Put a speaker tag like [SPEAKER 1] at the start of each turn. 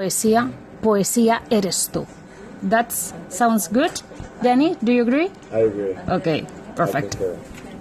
[SPEAKER 1] Poesía, poesía eres tú. That sounds good. Danny, do you agree?
[SPEAKER 2] I agree.
[SPEAKER 1] Okay, perfect.
[SPEAKER 2] I concur.